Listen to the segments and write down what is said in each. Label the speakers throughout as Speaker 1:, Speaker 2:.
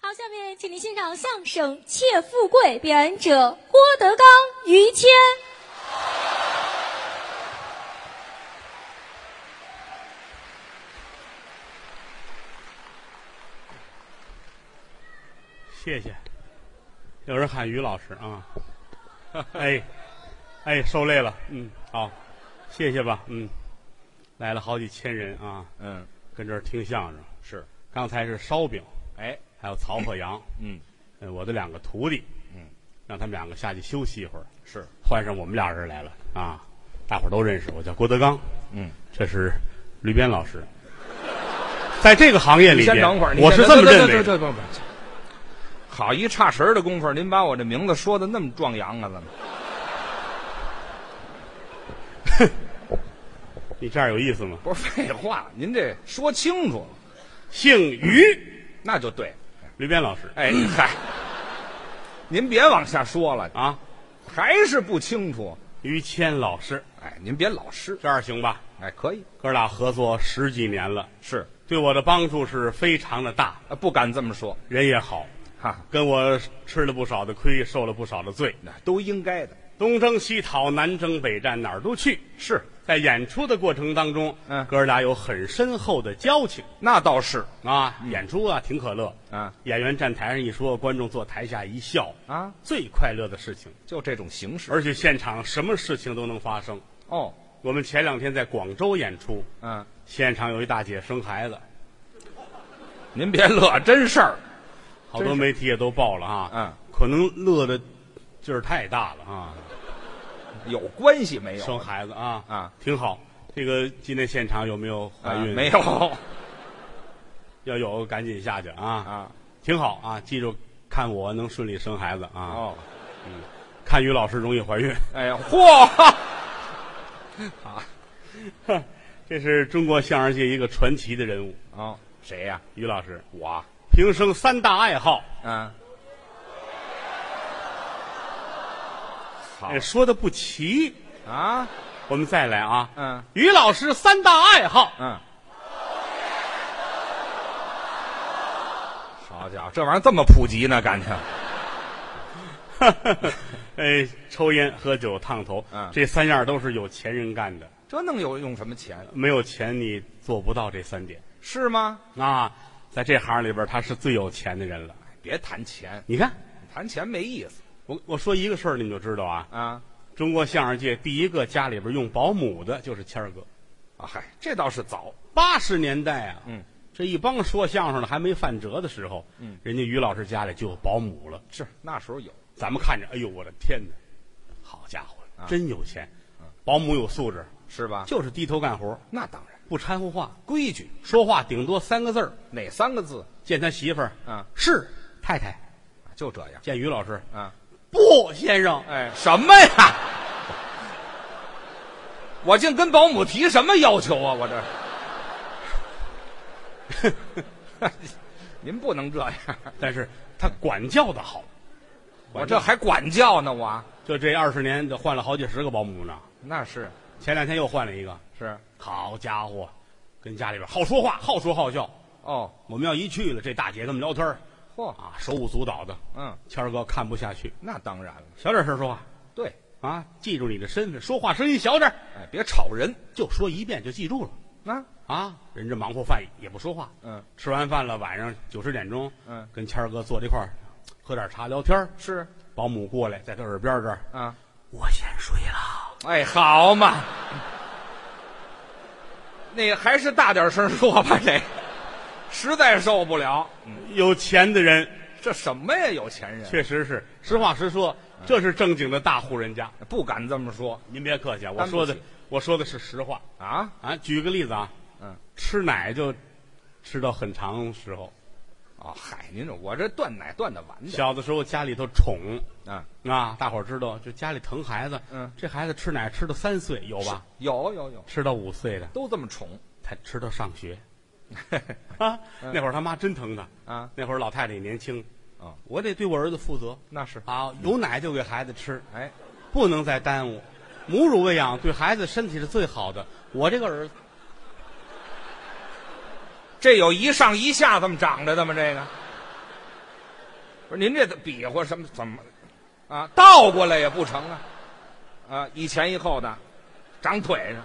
Speaker 1: 好，下面请您欣赏相声《窃富贵》，表演者郭德纲、于谦。
Speaker 2: 谢谢。有人喊于老师啊， 哎，哎，受累了，嗯，好，谢谢吧，嗯，来了好几千人啊，
Speaker 3: 嗯，
Speaker 2: 跟这儿听相声。
Speaker 3: 是，
Speaker 2: 刚才是烧饼，
Speaker 3: 哎，
Speaker 2: 还有曹鹤阳，
Speaker 3: 嗯，
Speaker 2: 呃我的两个徒弟，
Speaker 3: 嗯，
Speaker 2: 让他们两个下去休息一会儿，
Speaker 3: 是，
Speaker 2: 换上我们俩人来了啊，大伙儿都认识，我叫郭德纲，
Speaker 3: 嗯，
Speaker 2: 这是吕鞭老师，在这个行业里
Speaker 3: 你
Speaker 2: 边，
Speaker 3: 先等会儿，你
Speaker 2: 我
Speaker 3: 先
Speaker 2: 是这么认为的。
Speaker 3: 对对对对对对对好一差神儿的功夫，您把我这名字说的那么壮阳啊，怎么？
Speaker 2: 你这样有意思吗？
Speaker 3: 不是废话，您这说清楚了，
Speaker 2: 姓于，
Speaker 3: 那就对。
Speaker 2: 吕鞭老师
Speaker 3: 哎，嗨，您别往下说了，
Speaker 2: 啊，
Speaker 3: 还是不清楚。
Speaker 2: 于谦老师，
Speaker 3: 哎，您别老师，
Speaker 2: 这样行吧？
Speaker 3: 哎，可以
Speaker 2: 哥俩合作十几年了，
Speaker 3: 是
Speaker 2: 对我的帮助是非常的大，
Speaker 3: 啊，不敢这么说，
Speaker 2: 人也好，
Speaker 3: 哈，
Speaker 2: 跟我吃了不少的亏，受了不少的罪，
Speaker 3: 那都应该的。
Speaker 2: 东征西讨，南征北战，哪儿都去。
Speaker 3: 是，
Speaker 2: 在演出的过程当中，
Speaker 3: 嗯
Speaker 2: 哥俩有很深厚的交情
Speaker 3: 那倒是
Speaker 2: 啊。
Speaker 3: 嗯
Speaker 2: 演出啊，挺可乐
Speaker 3: 啊
Speaker 2: 演员站台上一说，观众坐台下一笑，
Speaker 3: 啊，
Speaker 2: 最快乐的事情。
Speaker 3: 就这种形式。
Speaker 2: 而且现场什么事情都能发生。
Speaker 3: 哦，
Speaker 2: 我们前两天在广州演出，
Speaker 3: 嗯，
Speaker 2: 现场有一大姐生孩子，
Speaker 3: 您别 乐，真事儿。
Speaker 2: 好多媒体也都报了啊。
Speaker 3: 嗯，
Speaker 2: 可能乐的劲儿太大了啊，
Speaker 3: 有关系没有？
Speaker 2: 生孩子啊
Speaker 3: 哎啊，
Speaker 2: 挺好。这个今天现场有没有怀
Speaker 3: 啊
Speaker 2: 孕？
Speaker 3: 没，有
Speaker 2: 要有赶紧下去啊，
Speaker 3: 啊？
Speaker 2: 挺好啊。记住，看我能顺利生孩子啊，
Speaker 3: 哦，
Speaker 2: 看于老师容易怀孕。
Speaker 3: 哎呀，嚯！
Speaker 2: 这是中国相声界一个传奇的人物，
Speaker 3: 哦，谁呀、
Speaker 2: 于老师
Speaker 3: 我，
Speaker 2: 平生三大爱好，
Speaker 3: 嗯，好
Speaker 2: 哎说的不齐。
Speaker 3: 啊，
Speaker 2: 我们再来啊，
Speaker 3: 嗯
Speaker 2: 于老师三大爱好，
Speaker 3: 嗯，好家伙，这玩意儿这么普及呢，感情
Speaker 2: 哎，抽烟、喝酒、烫头，
Speaker 3: 嗯
Speaker 2: 这三样都是有钱人干的。
Speaker 3: 这能有用什么钱？
Speaker 2: 没有钱你做不到这三点
Speaker 3: 是吗？
Speaker 2: 啊，在这行里边他是最有钱的人了。
Speaker 3: 别谈钱，
Speaker 2: 你看，
Speaker 3: 谈钱没意思
Speaker 2: 我我说一个事儿你们就知道啊，
Speaker 3: 啊
Speaker 2: 中国相声界第一个家里边用保姆的就是谦儿哥。
Speaker 3: 啊！嗨，这倒是早，
Speaker 2: 八十年代啊，
Speaker 3: 嗯，
Speaker 2: 这一帮说相声的还没范哲的时候，嗯，人家于老师家里就有保姆了。
Speaker 3: 是那时候有
Speaker 2: 咱们看着，哎呦我的天哪，好家伙，
Speaker 3: 啊
Speaker 2: 真有钱，
Speaker 3: 嗯
Speaker 2: 保姆有素质，
Speaker 3: 是吧？
Speaker 2: 就是低头干活，
Speaker 3: 那当然，
Speaker 2: 不掺和话，
Speaker 3: 规矩
Speaker 2: 说话顶多三个字儿。
Speaker 3: 哪三个字
Speaker 2: 见他媳妇儿，
Speaker 3: 啊？
Speaker 2: 是太太；
Speaker 3: 就这样
Speaker 2: 见于老师，
Speaker 3: 啊。
Speaker 2: 不，先生，
Speaker 3: 哎，什么呀？我竟跟保姆提什么要求啊？我这， 您不能这样，
Speaker 2: 但是他管教的好，
Speaker 3: 我这还管教呢，我
Speaker 2: 就这二十年，就换了好几十个保姆呢。
Speaker 3: 那是
Speaker 2: 前两天又换了一个，
Speaker 3: 是
Speaker 2: 好家伙，跟家里边好说话，好说好笑。
Speaker 3: 哦，
Speaker 2: 我们要一去了，这大姐跟我们聊天儿
Speaker 3: 嚯，
Speaker 2: 啊，手舞足蹈的。
Speaker 3: 嗯，
Speaker 2: 谦儿哥看不下去，
Speaker 3: 那当然了，
Speaker 2: 小点声说话
Speaker 3: 对，
Speaker 2: 啊，记住你的身份，说话声音小点儿，
Speaker 3: 哎，别吵人，
Speaker 2: 就说一遍就记住了
Speaker 3: 那
Speaker 2: 啊。人这忙活饭也不说话，
Speaker 3: 嗯
Speaker 2: 吃完饭了，晚上九十点钟，
Speaker 3: 嗯
Speaker 2: 跟谦儿哥坐这块儿喝点茶聊天儿
Speaker 3: 是
Speaker 2: 保姆过来，在他耳边这儿，
Speaker 3: 啊，
Speaker 2: 我先睡了。
Speaker 3: 哎，好嘛，那还是大点声说吧，这实在受不了，
Speaker 2: 有钱的人
Speaker 3: 这什么呀？有钱人
Speaker 2: 确实是，实话实说，这是正经的大户人家。
Speaker 3: 不敢这么说
Speaker 2: 您别客气啊，我
Speaker 3: 担不
Speaker 2: 说的
Speaker 3: 起
Speaker 2: 我说的是实话
Speaker 3: 啊。
Speaker 2: 啊。举个例子啊，
Speaker 3: 嗯，
Speaker 2: 吃奶就吃到很长时候，
Speaker 3: 哦，嗨，您这我这断奶断的晚点
Speaker 2: 小的时候家里头宠
Speaker 3: 啊，
Speaker 2: 啊，大伙儿知道，就家里疼孩子，
Speaker 3: 嗯
Speaker 2: 这孩子吃奶吃到三岁有吧？
Speaker 3: 有有有，
Speaker 2: 吃到五岁的
Speaker 3: 都这么宠
Speaker 2: 才吃到上学，啊，那会儿他妈真疼他，
Speaker 3: 啊，
Speaker 2: 那会儿老太太也年轻，
Speaker 3: 哦，
Speaker 2: 我得对我儿子负责
Speaker 3: 那是，
Speaker 2: 啊，有奶就给孩子吃，
Speaker 3: 哎，
Speaker 2: 不能再耽误。母乳喂养对孩子身体是最好的。我这个儿子，
Speaker 3: 这有一上一下这么长着的吗？这个不是您这比划什么怎么啊？倒过来也不成啊！啊，一前一后的，长腿上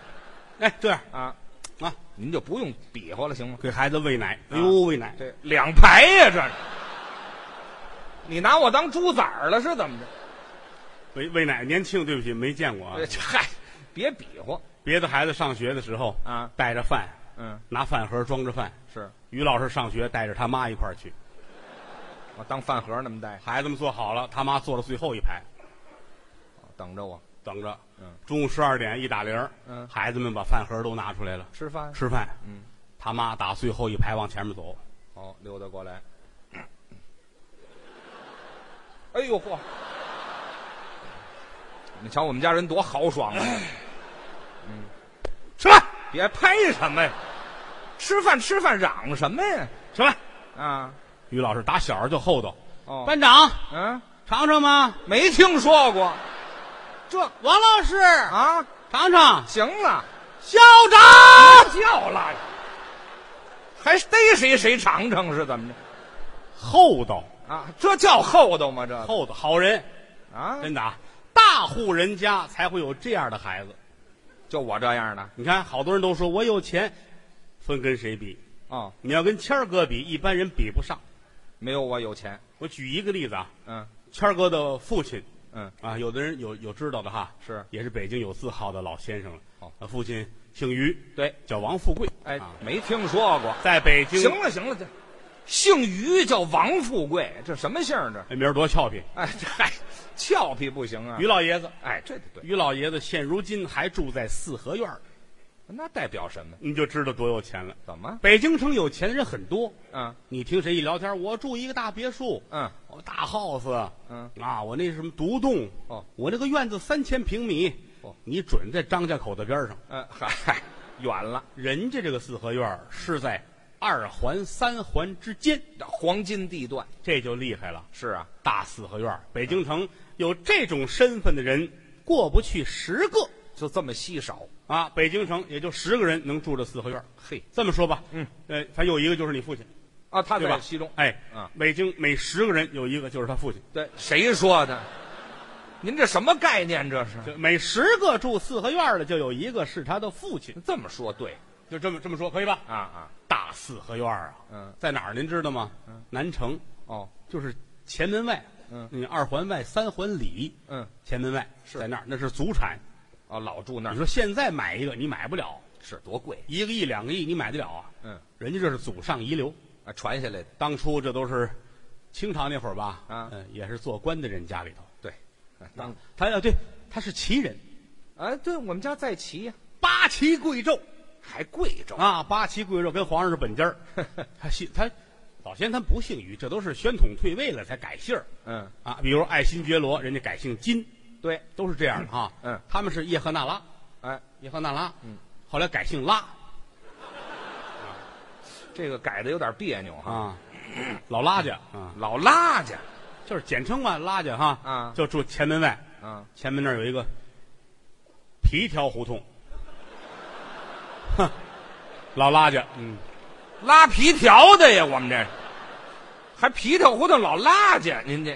Speaker 2: 哎，对啊
Speaker 3: 啊，
Speaker 2: 啊，
Speaker 3: 您就不用比划了，行吗？
Speaker 2: 给孩子喂奶，哎呦，喂奶，
Speaker 3: 这两排呀、这是你拿我当猪崽儿了是怎么着？
Speaker 2: 喂喂奶，年轻，对不起，没见过啊
Speaker 3: 哎。这嗨，别比划
Speaker 2: 别的孩子上学的时候
Speaker 3: 啊
Speaker 2: 带着饭，
Speaker 3: 嗯，
Speaker 2: 拿饭盒装着饭。
Speaker 3: 是
Speaker 2: 于老师上学带着他妈一块儿去，
Speaker 3: 我当饭盒那么带，
Speaker 2: 孩子们坐好了，他妈坐到最后一排
Speaker 3: 等着我
Speaker 2: 等着。
Speaker 3: 嗯，
Speaker 2: 中午十二点一打铃，
Speaker 3: 嗯
Speaker 2: 孩子们把饭盒都拿出来了，
Speaker 3: 吃饭。
Speaker 2: 吃饭。
Speaker 3: 嗯，
Speaker 2: 他妈打最后一排往前面走，
Speaker 3: 哦，溜达过来。 哎呦嚯！你瞧我们家人多豪爽啊！
Speaker 2: 吃饭，
Speaker 3: 别拍什么呀，吃饭吃饭嚷什么呀？
Speaker 2: 吃饭。
Speaker 3: 啊，
Speaker 2: 于老师打小就厚道，
Speaker 3: 哦，
Speaker 2: 班长
Speaker 3: 嗯，
Speaker 2: 尝尝吗？
Speaker 3: 没听说过，这
Speaker 2: 王老师
Speaker 3: 啊，
Speaker 2: 尝尝，
Speaker 3: 行了，
Speaker 2: 校长
Speaker 3: 不叫了，还逮谁谁尝尝是怎么着？
Speaker 2: 厚道，
Speaker 3: 啊，这叫厚道吗？这
Speaker 2: 厚道，好人，
Speaker 3: 啊，
Speaker 2: 真的啊，大户人家才会有这样的孩子。
Speaker 3: 就我这样的
Speaker 2: 你看，好多人都说我有钱，分跟谁比？
Speaker 3: 哦，
Speaker 2: 你要跟谦儿哥比，一般人比不上。
Speaker 3: 没有我有钱，
Speaker 2: 我举一个例子啊，
Speaker 3: 嗯
Speaker 2: 谦儿哥的父亲
Speaker 3: 嗯，
Speaker 2: 啊，有的人有有知道的哈，
Speaker 3: 是
Speaker 2: 也是北京有字号的老先生了。
Speaker 3: 哦
Speaker 2: 啊父亲姓于，
Speaker 3: 对，
Speaker 2: 叫王富贵。
Speaker 3: 哎
Speaker 2: 啊，
Speaker 3: 没听说过，
Speaker 2: 在北京，
Speaker 3: 行了行了，这姓于叫王富贵，这什么姓儿这？
Speaker 2: 哎名儿多俏皮。
Speaker 3: 哎，这嗨，俏皮不行啊
Speaker 2: 于！老爷子，
Speaker 3: 哎，这得对，
Speaker 2: 于老爷子现如今还住在四合院儿
Speaker 3: 那代表什么？
Speaker 2: 你就知道多有钱了。
Speaker 3: 怎么？
Speaker 2: 北京城有钱的人很多，
Speaker 3: 嗯
Speaker 2: 你听谁一聊天，我住一个大别墅，
Speaker 3: 嗯，
Speaker 2: 我大 house，
Speaker 3: 嗯
Speaker 2: 啊，我那什么独栋，
Speaker 3: 哦，
Speaker 2: 我那个院子三千平米，
Speaker 3: 哦
Speaker 2: 你准在张家口的边上。
Speaker 3: 呃，嗨，远了，
Speaker 2: 人家这个四合院儿是在二环、三环之间，
Speaker 3: 这黄金地段
Speaker 2: 这就厉害了。
Speaker 3: 是啊，
Speaker 2: 大四合院儿，北京城有这种身份的人过不去十个
Speaker 3: 就这么稀少。
Speaker 2: 啊！北京城也就十个人能住这四合院儿。
Speaker 3: 嘿，
Speaker 2: 这么说吧，
Speaker 3: 嗯，
Speaker 2: 呃，反正有一个就是你父亲，
Speaker 3: 啊，他
Speaker 2: 对吧？
Speaker 3: 在其中，
Speaker 2: 哎，
Speaker 3: 嗯
Speaker 2: 北京每十个人有一个就是他父亲，
Speaker 3: 对，谁说的？您这什么概念？这是
Speaker 2: 就每十个住四合院儿的就有一个是他的父亲，
Speaker 3: 这么说对
Speaker 2: 就这么这么说可以吧？
Speaker 3: 啊啊？
Speaker 2: 大四合院儿啊，
Speaker 3: 嗯，
Speaker 2: 在哪儿您知道吗？嗯，南城
Speaker 3: 哦，
Speaker 2: 就是前门外，
Speaker 3: 嗯
Speaker 2: 你二环外、三环里，
Speaker 3: 嗯，
Speaker 2: 前门外
Speaker 3: 是
Speaker 2: 在那儿，那是祖产。
Speaker 3: 哦，老住那
Speaker 2: 你
Speaker 3: 儿
Speaker 2: 说现在买一个你买不了，
Speaker 3: 是多贵？
Speaker 2: 一个亿、两个亿你买得了啊？
Speaker 3: 嗯，
Speaker 2: 人家这是祖上遗留，
Speaker 3: 啊，传下来的，
Speaker 2: 当初这都是清朝那会儿吧？
Speaker 3: 啊
Speaker 2: 嗯，也是做官的人家里头。
Speaker 3: 对，当
Speaker 2: 他啊，对，他是旗人，
Speaker 3: 哎，对我们家在齐呀，
Speaker 2: 八旗贵胄
Speaker 3: 还贵着
Speaker 2: 啊，八旗贵胄跟皇上是本家儿。 他姓他早先他不姓于，这都是宣统退位了才改姓儿
Speaker 3: 嗯，
Speaker 2: 啊。比如爱新觉罗，人家改姓金，
Speaker 3: 对，
Speaker 2: 都是这样的哈。
Speaker 3: 嗯
Speaker 2: 他们是叶赫那拉，
Speaker 3: 哎，
Speaker 2: 叶赫那拉，嗯，后来改姓拉
Speaker 3: 这个改的有点别扭哈，
Speaker 2: 啊，老拉家啊，
Speaker 3: 老拉家
Speaker 2: 就是简称嘛，拉家哈
Speaker 3: 啊
Speaker 2: 就住前门外，
Speaker 3: 啊，
Speaker 2: 前门那儿有一个皮条胡同，哼，老拉家，嗯，
Speaker 3: 拉皮条的呀，我们这是还皮条胡同老拉家，您这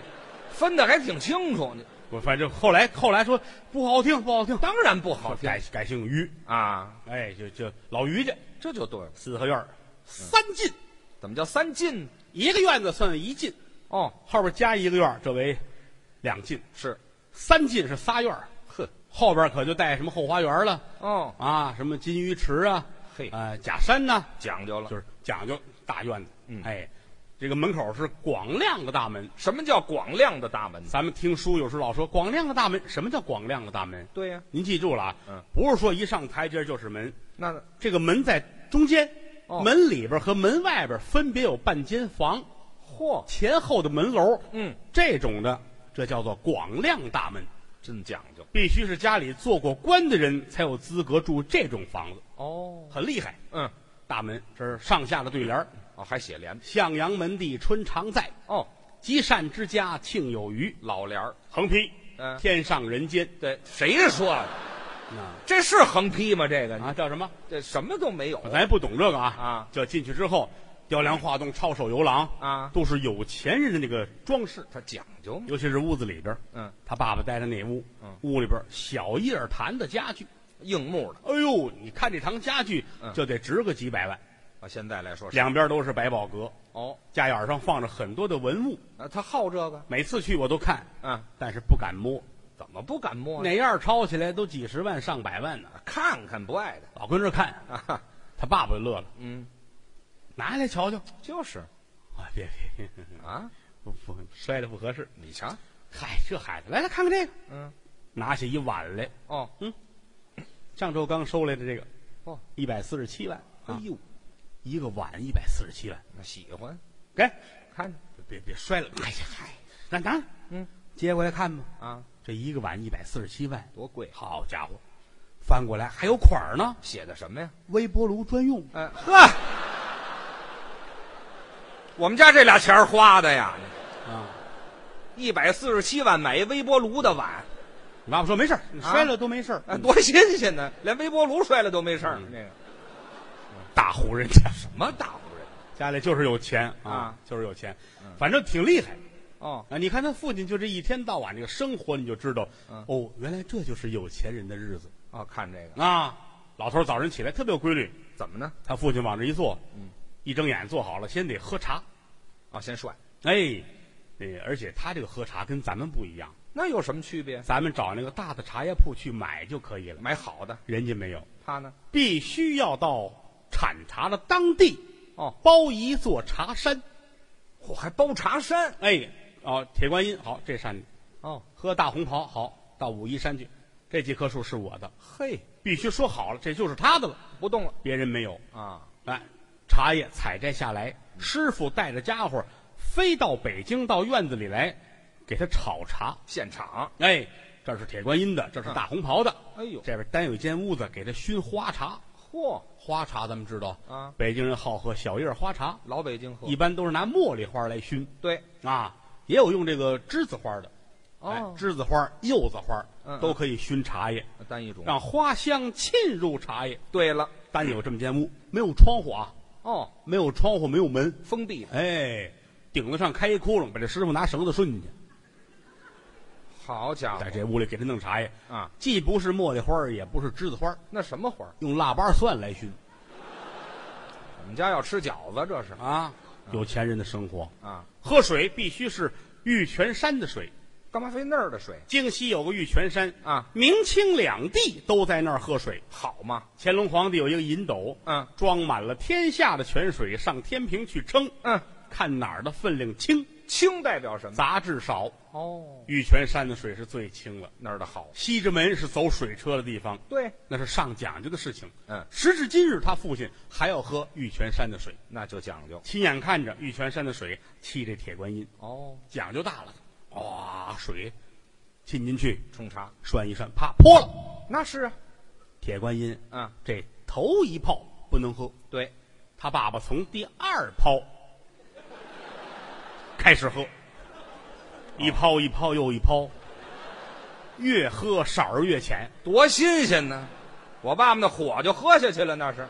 Speaker 3: 分的还挺清楚，您
Speaker 2: 我反正后来后来说不好听，不好听，
Speaker 3: 当然不好听
Speaker 2: 改改姓于，
Speaker 3: 啊，
Speaker 2: 哎，就就老于家
Speaker 3: 这就对了，
Speaker 2: 四合院儿三进，
Speaker 3: 怎么叫三进呢？
Speaker 2: 一个院子算一进，
Speaker 3: 哦，
Speaker 2: 后边加一个院儿，这为两进，
Speaker 3: 是，
Speaker 2: 三进是仨院儿，
Speaker 3: 呵，
Speaker 2: 后边可就带什么后花园了
Speaker 3: 哦，
Speaker 2: 啊，什么金鱼池啊，
Speaker 3: 嘿
Speaker 2: 呃，假山呐、
Speaker 3: 讲究了，
Speaker 2: 就是讲究大院子。
Speaker 3: 嗯
Speaker 2: 哎，这个门口是广亮的大门。
Speaker 3: 什么叫广亮的大门？
Speaker 2: 咱们听书有时候老说广亮的大门，什么叫广亮的大门？
Speaker 3: 对呀、
Speaker 2: 您记住了啊，
Speaker 3: 嗯
Speaker 2: 不是说一上台阶就是门，
Speaker 3: 那
Speaker 2: 这个门在中间，
Speaker 3: 哦
Speaker 2: 门里边和门外边分别有半间房，
Speaker 3: 嚯，
Speaker 2: 前后的门楼，
Speaker 3: 嗯，
Speaker 2: 这种的，这叫做广亮大门。
Speaker 3: 真讲究
Speaker 2: 必须是家里做过官的人才有资格住这种房子，
Speaker 3: 哦，
Speaker 2: 很厉害。
Speaker 3: 嗯，
Speaker 2: 大门这是上下的对联儿
Speaker 3: 哦，还写联
Speaker 2: 向阳门第春常在，
Speaker 3: 哦，
Speaker 2: 积善之家庆有余。
Speaker 3: 老联儿，
Speaker 2: 横批：
Speaker 3: 嗯
Speaker 2: 天上人间。
Speaker 3: 对，谁说的？
Speaker 2: 啊
Speaker 3: 这是横批吗？这个
Speaker 2: 啊，叫什么？
Speaker 3: 这什么都没有
Speaker 2: 咱也不懂这个啊
Speaker 3: 啊
Speaker 2: 就进去之后，雕梁画栋、抄手游廊
Speaker 3: 啊
Speaker 2: 都是有钱人的那个装饰，
Speaker 3: 他讲究嘛，
Speaker 2: 尤其是屋子里边儿，
Speaker 3: 嗯，
Speaker 2: 他爸爸待的那屋，
Speaker 3: 嗯
Speaker 2: 屋里边儿小叶儿檀的家具，
Speaker 3: 硬木的
Speaker 2: 哎呦，你看这堂家具
Speaker 3: 嗯
Speaker 2: 就得值个几百万，
Speaker 3: 啊。现在来说是
Speaker 2: 两边都是百宝阁，
Speaker 3: 哦，
Speaker 2: 家眼儿上放着很多的文物，
Speaker 3: 啊，他好这个，
Speaker 2: 每次去我都看，
Speaker 3: 嗯，
Speaker 2: 但是不敢摸，
Speaker 3: 怎么不敢摸呢？
Speaker 2: 哪样抄起来都几十万上百万呢，
Speaker 3: 看看不爱的
Speaker 2: 老跟这看，
Speaker 3: 啊哈，
Speaker 2: 他爸爸就乐了，
Speaker 3: 嗯，
Speaker 2: 拿下来瞧瞧，
Speaker 3: 就是
Speaker 2: 啊，别别，别
Speaker 3: 啊，
Speaker 2: 不不摔的不合适，
Speaker 3: 你瞧，
Speaker 2: 嗨，这孩子，来来看看这个，
Speaker 3: 嗯，
Speaker 2: 拿起一碗来，
Speaker 3: 哦，
Speaker 2: 上周刚收来的这个，
Speaker 3: 哦，
Speaker 2: 一百四十七万，
Speaker 3: 哎
Speaker 2: 啊，
Speaker 3: 呦，
Speaker 2: 一个碗一百四十七万，
Speaker 3: 那喜欢，
Speaker 2: 给，
Speaker 3: 看
Speaker 2: 别别摔了，哎呀嗨，那拿，
Speaker 3: 嗯，
Speaker 2: 接过来看吧，
Speaker 3: 啊，
Speaker 2: 这一个碗一百四十七万，
Speaker 3: 多贵，
Speaker 2: 好家伙，翻过来还有款儿呢，
Speaker 3: 写的什么呀？
Speaker 2: 微波炉专用，
Speaker 3: 哎，呵，我们家这俩钱儿花的呀，
Speaker 2: 啊，
Speaker 3: 一百四十七万买一微波炉的碗，
Speaker 2: 你爸爸说没事儿，你摔了都没事儿，
Speaker 3: 啊，多新鲜呢！连微波炉摔了都没事儿。
Speaker 2: 嗯
Speaker 3: 那个
Speaker 2: 大户人家，
Speaker 3: 什么大户人
Speaker 2: 家里就是有钱
Speaker 3: 啊，
Speaker 2: 就是有钱，反正挺厉害
Speaker 3: 哦，
Speaker 2: 啊。你看他父亲就这一天到晚这个生活，你就知道
Speaker 3: 嗯，
Speaker 2: 哦，原来这就是有钱人的日子
Speaker 3: 哦，看这个
Speaker 2: 啊。老头儿早晨起来特别有规律，
Speaker 3: 怎么呢？
Speaker 2: 他父亲往这一坐
Speaker 3: 嗯，
Speaker 2: 一睁眼坐好了，先得喝茶。
Speaker 3: 哦，先涮，
Speaker 2: 哎，对，而且他这个喝茶跟咱们不一样，
Speaker 3: 那有什么区别？
Speaker 2: 咱们找那个大的茶叶铺去买就可以了，
Speaker 3: 买好的，
Speaker 2: 人家没有，
Speaker 3: 他呢？
Speaker 2: 必须要到产茶的当地
Speaker 3: 哦，
Speaker 2: 包一座茶山。
Speaker 3: 嚯，还包茶山
Speaker 2: 哎，哦，铁观音好，这山
Speaker 3: 哦，
Speaker 2: 喝大红袍好，到武夷山去，这几棵树是我的，
Speaker 3: 嘿，
Speaker 2: 必须说好了，这就是他的了，
Speaker 3: 不动了
Speaker 2: 别人没有。
Speaker 3: 啊！
Speaker 2: 哎，茶叶采摘下来，师傅带着家伙飞到北京，到院子里来，给他炒茶。
Speaker 3: 现场，
Speaker 2: 哎，这是铁观音的，这是大红袍的。
Speaker 3: 哎呦，
Speaker 2: 这边单有一间屋子给他熏花茶，
Speaker 3: 嚯，
Speaker 2: 花茶咱们知道
Speaker 3: 啊
Speaker 2: 北京人好喝小叶花茶，
Speaker 3: 老北京喝
Speaker 2: 一般都是拿茉莉花来熏
Speaker 3: 对
Speaker 2: 啊，也有用这个栀子花的，哎，栀子花、柚子花
Speaker 3: 哦嗯
Speaker 2: 都可以熏茶叶，
Speaker 3: 单一种。
Speaker 2: 让花香沁入茶叶。
Speaker 3: 对了，
Speaker 2: 单有这么间屋，没有窗户啊，
Speaker 3: 哦，
Speaker 2: 没有窗户，没有门，
Speaker 3: 封闭的
Speaker 2: 哎，顶子上开一窟窿，把这师傅拿绳子顺进去，
Speaker 3: 好家伙
Speaker 2: 在这屋里给他弄茶叶，
Speaker 3: 啊！
Speaker 2: 既不是茉莉花儿，也不是栀子花儿，
Speaker 3: 那什么花儿？
Speaker 2: 用腊八蒜来熏
Speaker 3: 我们家要吃饺子，这是
Speaker 2: 啊，有钱人的生活。
Speaker 3: 啊？
Speaker 2: 喝水必须是玉泉山的水，
Speaker 3: 干嘛非那儿的水？
Speaker 2: 京西有个玉泉山
Speaker 3: 啊
Speaker 2: 明清两帝都在那儿喝水。
Speaker 3: 好嘛？
Speaker 2: 乾隆皇帝有一个银斗，
Speaker 3: 嗯
Speaker 2: 装满了天下的泉水，上天平去称，
Speaker 3: 嗯，
Speaker 2: 看哪儿的分量轻，
Speaker 3: 清代表什么？
Speaker 2: 杂质少。
Speaker 3: 哦，
Speaker 2: 玉泉山的水是最清了。
Speaker 3: 那儿的好。
Speaker 2: 西直门是走水车的地方，
Speaker 3: 对，
Speaker 2: 那是上讲究的事情。
Speaker 3: 嗯
Speaker 2: 时至今日，他父亲还要喝玉泉山的水，
Speaker 3: 那就讲究
Speaker 2: 亲眼看着玉泉山的水沏这铁观音，
Speaker 3: 哦，
Speaker 2: 讲究大了。哇，水浸进去，
Speaker 3: 冲茶
Speaker 2: 涮一涮，啪泼了。
Speaker 3: 那是啊，
Speaker 2: 铁观音，
Speaker 3: 嗯，
Speaker 2: 这头一泡不能喝，
Speaker 3: 对，
Speaker 2: 他爸爸从第二泡开始喝，一泡一泡又一泡，越喝色儿越浅。
Speaker 3: 多新鲜呢！我爸爸那火就喝下去了，那是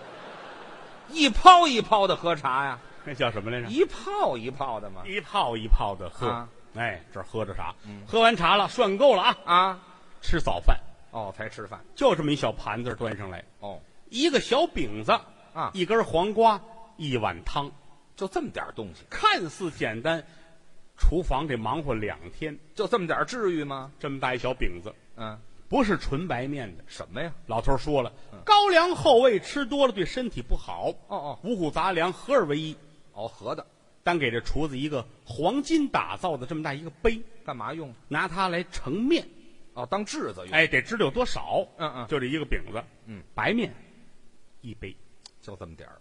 Speaker 3: 一泡一泡的喝茶呀，
Speaker 2: 那叫什么来着？
Speaker 3: 一泡一泡的嘛
Speaker 2: 一泡一泡的喝。
Speaker 3: 啊嗯
Speaker 2: 哎，这儿喝着茶，喝完茶了，涮够了啊，
Speaker 3: 啊，
Speaker 2: 吃早饭，
Speaker 3: 哦，才吃饭
Speaker 2: 就这么一小盘子端上来，
Speaker 3: 哦，
Speaker 2: 一个小饼子
Speaker 3: 啊
Speaker 2: 一根黄瓜，一碗汤，
Speaker 3: 就这么点儿东西，
Speaker 2: 看似简单，厨房得忙活两天。
Speaker 3: 就这么点儿至于吗？
Speaker 2: 这么大一小饼子，
Speaker 3: 嗯，
Speaker 2: 不是纯白面的。
Speaker 3: 什么呀？
Speaker 2: 老头儿说了，
Speaker 3: 嗯
Speaker 2: 高粱厚味吃多了对身体不好，
Speaker 3: 哦
Speaker 2: 五谷杂粮合二为一。
Speaker 3: 哦，哦，合的，
Speaker 2: 单给这厨子一个黄金打造的这么大一个杯，
Speaker 3: 干嘛用？
Speaker 2: 拿它来盛面，
Speaker 3: 哦，当质子用，
Speaker 2: 哎，得知道有多少。
Speaker 3: 嗯嗯
Speaker 2: 就这一个饼子，
Speaker 3: 嗯，
Speaker 2: 白面一杯，
Speaker 3: 就这么点儿，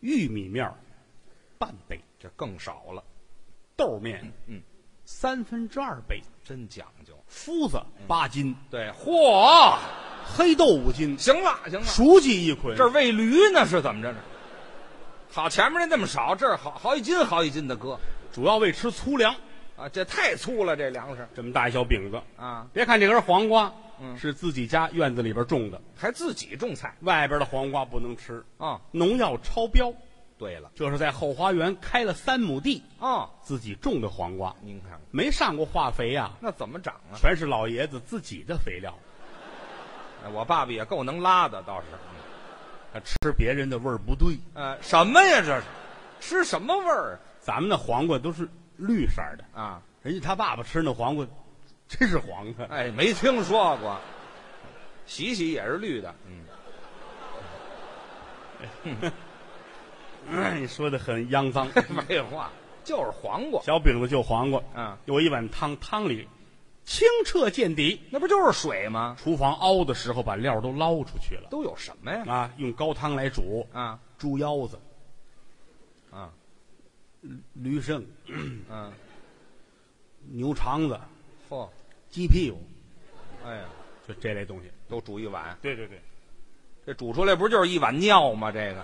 Speaker 2: 玉米面儿半杯，
Speaker 3: 这更少了，
Speaker 2: 豆面
Speaker 3: 嗯，
Speaker 2: 三分之二杯，
Speaker 3: 真讲究。
Speaker 2: 麸子八斤，
Speaker 3: 对，嗯嚯，
Speaker 2: 黑豆五斤，
Speaker 3: 行了行了，
Speaker 2: 熟鸡一捆，
Speaker 3: 这儿喂驴呢是怎么着呢？好，前面那那么少，这儿好好几斤好几斤的搁
Speaker 2: 主要为吃粗粮。
Speaker 3: 啊，这太粗了，这粮食
Speaker 2: 这么大一小饼子，
Speaker 3: 啊，
Speaker 2: 别看这根黄瓜，
Speaker 3: 嗯
Speaker 2: 是自己家院子里边种的，
Speaker 3: 还自己种菜
Speaker 2: 外边的黄瓜不能吃，
Speaker 3: 啊，
Speaker 2: 农药超标，
Speaker 3: 对了，
Speaker 2: 这是在后花园开了三亩地，
Speaker 3: 哦，
Speaker 2: 自己种的黄瓜，
Speaker 3: 您看
Speaker 2: 没上过化肥呀、
Speaker 3: 那怎么长啊？
Speaker 2: 全是老爷子自己的肥料，
Speaker 3: 哎我爸爸也够能拉的，倒是。
Speaker 2: 他吃别人的味儿不对。
Speaker 3: 呃，什么呀这是？吃什么味儿
Speaker 2: 咱们那黄瓜都是绿色儿的，
Speaker 3: 啊？
Speaker 2: 人家他爸爸吃那黄瓜，真是黄的。
Speaker 3: 哎，没听说过。洗洗也是绿的，嗯， 嗯
Speaker 2: 哎，你说的很肮 脏。
Speaker 3: 废话，啊就是黄瓜，
Speaker 2: 小饼子就黄瓜，
Speaker 3: 嗯，
Speaker 2: 有一碗汤，汤里清澈见底。
Speaker 3: 那不就是水吗？
Speaker 2: 厨房熬的时候把料都捞出去了
Speaker 3: 都有什么呀？
Speaker 2: 啊，用高汤来煮
Speaker 3: 啊
Speaker 2: 猪腰子、
Speaker 3: 啊
Speaker 2: 驴 肾、啊
Speaker 3: 嗯，
Speaker 2: 牛肠子、
Speaker 3: 嚯、
Speaker 2: 鸡屁股，
Speaker 3: 哎呀，
Speaker 2: 就这类东西。
Speaker 3: 都煮一碗，
Speaker 2: 对对对，
Speaker 3: 这煮出来不就是一碗尿吗？这个，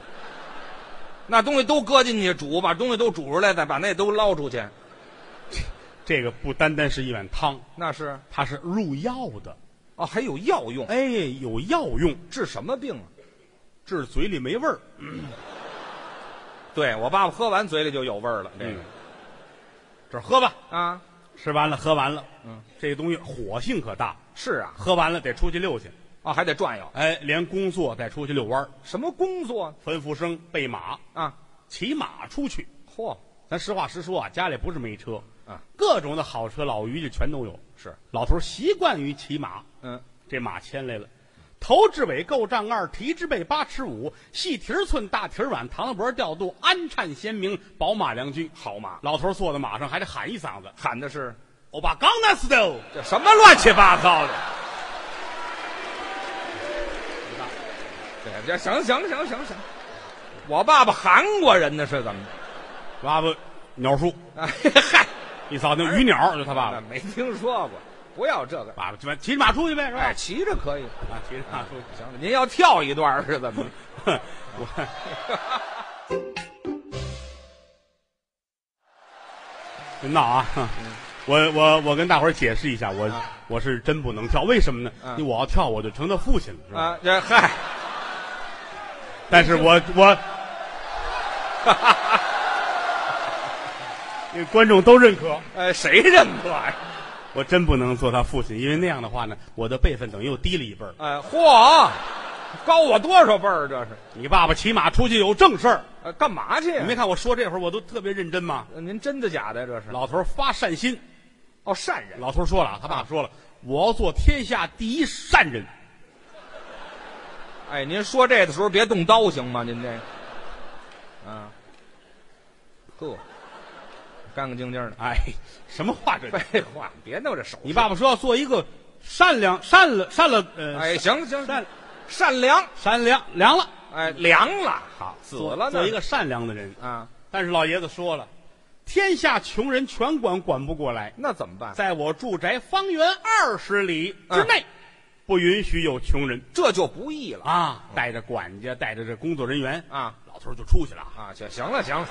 Speaker 3: 那东西都搁进去煮，把东西都煮出来，再把那都捞出去，
Speaker 2: 这个不单单是一碗汤，
Speaker 3: 那是
Speaker 2: 它是入药的，
Speaker 3: 哦，还有药用，
Speaker 2: 哎，有药用，
Speaker 3: 治什么病啊？
Speaker 2: 治嘴里没味儿。
Speaker 3: 对我爸爸喝完嘴里就有味儿了，这
Speaker 2: 嗯
Speaker 3: 个、，
Speaker 2: 这儿喝吧，
Speaker 3: 啊，
Speaker 2: 吃完了喝完了，
Speaker 3: 嗯，
Speaker 2: 这东西火性可大，
Speaker 3: 是啊，
Speaker 2: 喝完了得出去溜去，
Speaker 3: 啊，还得转悠，
Speaker 2: 哎，连工作带出去遛弯儿，
Speaker 3: 什么工作
Speaker 2: 吩咐声备马，
Speaker 3: 啊？
Speaker 2: 骑马出去。
Speaker 3: 嚯，
Speaker 2: 咱实话实说啊，家里不是没车，
Speaker 3: 啊，
Speaker 2: 各种的好车老驴就全都有。
Speaker 3: 是，
Speaker 2: 老头儿习惯于骑马，
Speaker 3: 嗯，
Speaker 2: 这马牵来了，头至尾够丈二，蹄至背八尺五，细蹄儿寸，大蹄儿碗，糖脖调度，鞍颤鲜明，宝马良驹，好马。老头儿坐在马上还得喊一嗓子
Speaker 3: 喊的是：“
Speaker 2: 欧巴刚那死的哦
Speaker 3: 这什么乱七八糟的。对，这行行行行行，我爸爸韩国人呢，是怎么 着？！”
Speaker 2: 爸爸，鸟叔，
Speaker 3: 哎嗨，
Speaker 2: 一扫那鱼鸟就他爸
Speaker 3: 那
Speaker 2: 爸。
Speaker 3: 没听说过，不要这个。
Speaker 2: 爸爸就骑着马出去呗，是吧？
Speaker 3: 哎，骑着可以。
Speaker 2: 啊，骑着马出去。
Speaker 3: 行了，您要跳一段是怎么 着？
Speaker 2: 我别 闹啊！我我我跟大伙儿解释一下，我、
Speaker 3: 嗯啊
Speaker 2: 我是真不能跳，为什么呢？
Speaker 3: 嗯
Speaker 2: 因为我要跳我就成他父亲了，是吧？
Speaker 3: 啊，这嗨，
Speaker 2: 但是 我我，因为观众都认可，
Speaker 3: 呃，谁认得呀？
Speaker 2: 我真不能做他父亲，因为那样的话呢，我的辈分等于又低了一辈儿。
Speaker 3: 哎，嚯，高我多少辈儿？这是，
Speaker 2: 你爸爸骑马出去有正事儿，
Speaker 3: 呃，干嘛去呀？
Speaker 2: 你没看我说这会儿我都特别认真吗？
Speaker 3: 呃您真的假的呀？这是？
Speaker 2: 老头儿发善心，
Speaker 3: 哦，善人。
Speaker 2: 老头说了啊，他爸说了，我要做天下第一善人。
Speaker 3: 哎，您说这的时候别动刀行吗？您这个，啊，呵，干干净净的。
Speaker 2: 哎，什么话这？
Speaker 3: 废话，别弄这手势。
Speaker 2: 你爸爸说要做一个善良、善了、善了，呃，
Speaker 3: 哎，行行，
Speaker 2: 善
Speaker 3: 善良，
Speaker 2: 善良良了，
Speaker 3: 哎，凉了，
Speaker 2: 好，
Speaker 3: 死
Speaker 2: 做
Speaker 3: 了呢
Speaker 2: 做一个善良的人。
Speaker 3: 啊，
Speaker 2: 但是老爷子说了，天下穷人全管管不过来，
Speaker 3: 那怎么办？
Speaker 2: 在我住宅方圆二十里之
Speaker 3: 嗯
Speaker 2: 内，不允许有穷人
Speaker 3: 这就不易了
Speaker 2: 啊！带着管家，带着这工作人员，
Speaker 3: 啊
Speaker 2: 老头儿就出去了啊，
Speaker 3: 啊！行行了行了，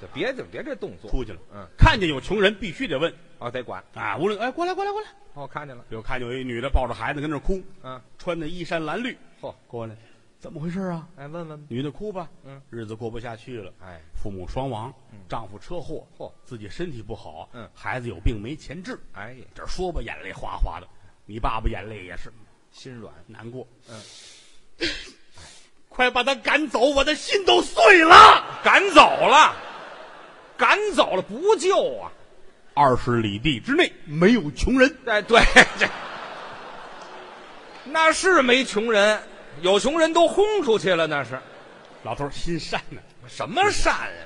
Speaker 3: 就别就别这动作
Speaker 2: 出去了。
Speaker 3: 嗯，
Speaker 2: 看见有穷人必须得问
Speaker 3: 哦，得管。
Speaker 2: 啊，无论哎，过来过来过来。
Speaker 3: 哦，看见了，
Speaker 2: 比如看见有一女的抱着孩子跟那儿哭，
Speaker 3: 嗯，
Speaker 2: 穿的衣衫褴褛，
Speaker 3: 嚯，
Speaker 2: 过来，怎么回事啊？
Speaker 3: 哎，问问吧，
Speaker 2: 女的哭吧，
Speaker 3: 嗯，
Speaker 2: 日子过不下去了，
Speaker 3: 哎，
Speaker 2: 父母双亡，丈夫车祸，
Speaker 3: 嚯
Speaker 2: 自己身体不好，
Speaker 3: 嗯
Speaker 2: 孩子有病没钱治，
Speaker 3: 哎，
Speaker 2: 这儿说吧，眼泪哗哗的，你爸爸眼泪也是
Speaker 3: 心软，
Speaker 2: 难过，
Speaker 3: 嗯，
Speaker 2: 快把他赶走，我的心都碎了。
Speaker 3: 赶走了，赶走了，不救啊！
Speaker 2: 二十里地之内没有穷人，
Speaker 3: 哎，对，这 那是没穷人，有穷人都轰出去了，那是
Speaker 2: 老头儿心善呢，
Speaker 3: 什么善呀、